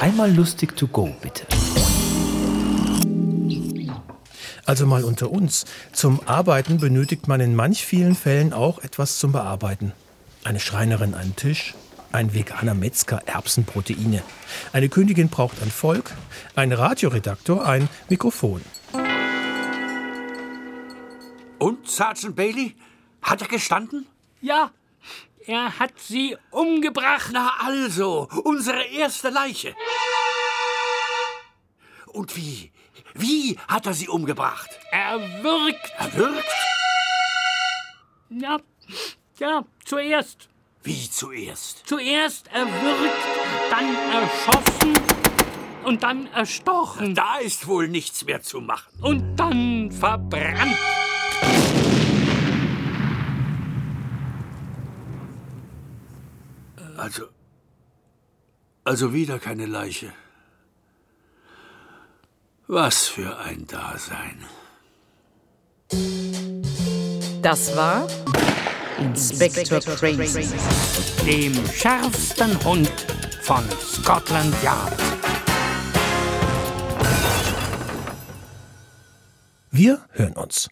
Einmal lustig to go, bitte. Also mal unter uns. Zum Arbeiten benötigt man in manch vielen Fällen auch etwas zum Bearbeiten. Eine Schreinerin einen Tisch, ein veganer Metzger Erbsenproteine. Eine Königin braucht ein Volk, ein Radioredaktor ein Mikrofon. Und Sergeant Bailey? Hat er gestanden? Ja, er hat sie umgebracht. Na also, unsere erste Leiche. Und wie? Wie hat er sie umgebracht? Erwürgt. Erwürgt? Ja, ja, zuerst. Wie zuerst? Zuerst erwürgt, dann erschossen und dann erstochen Da ist wohl nichts mehr zu machen. und dann verbrannt. Also. Also wieder keine Leiche. Was für ein Dasein. Das war Inspektor Crazy. Dem schärfsten Hund von Scotland Yard. Wir hören uns.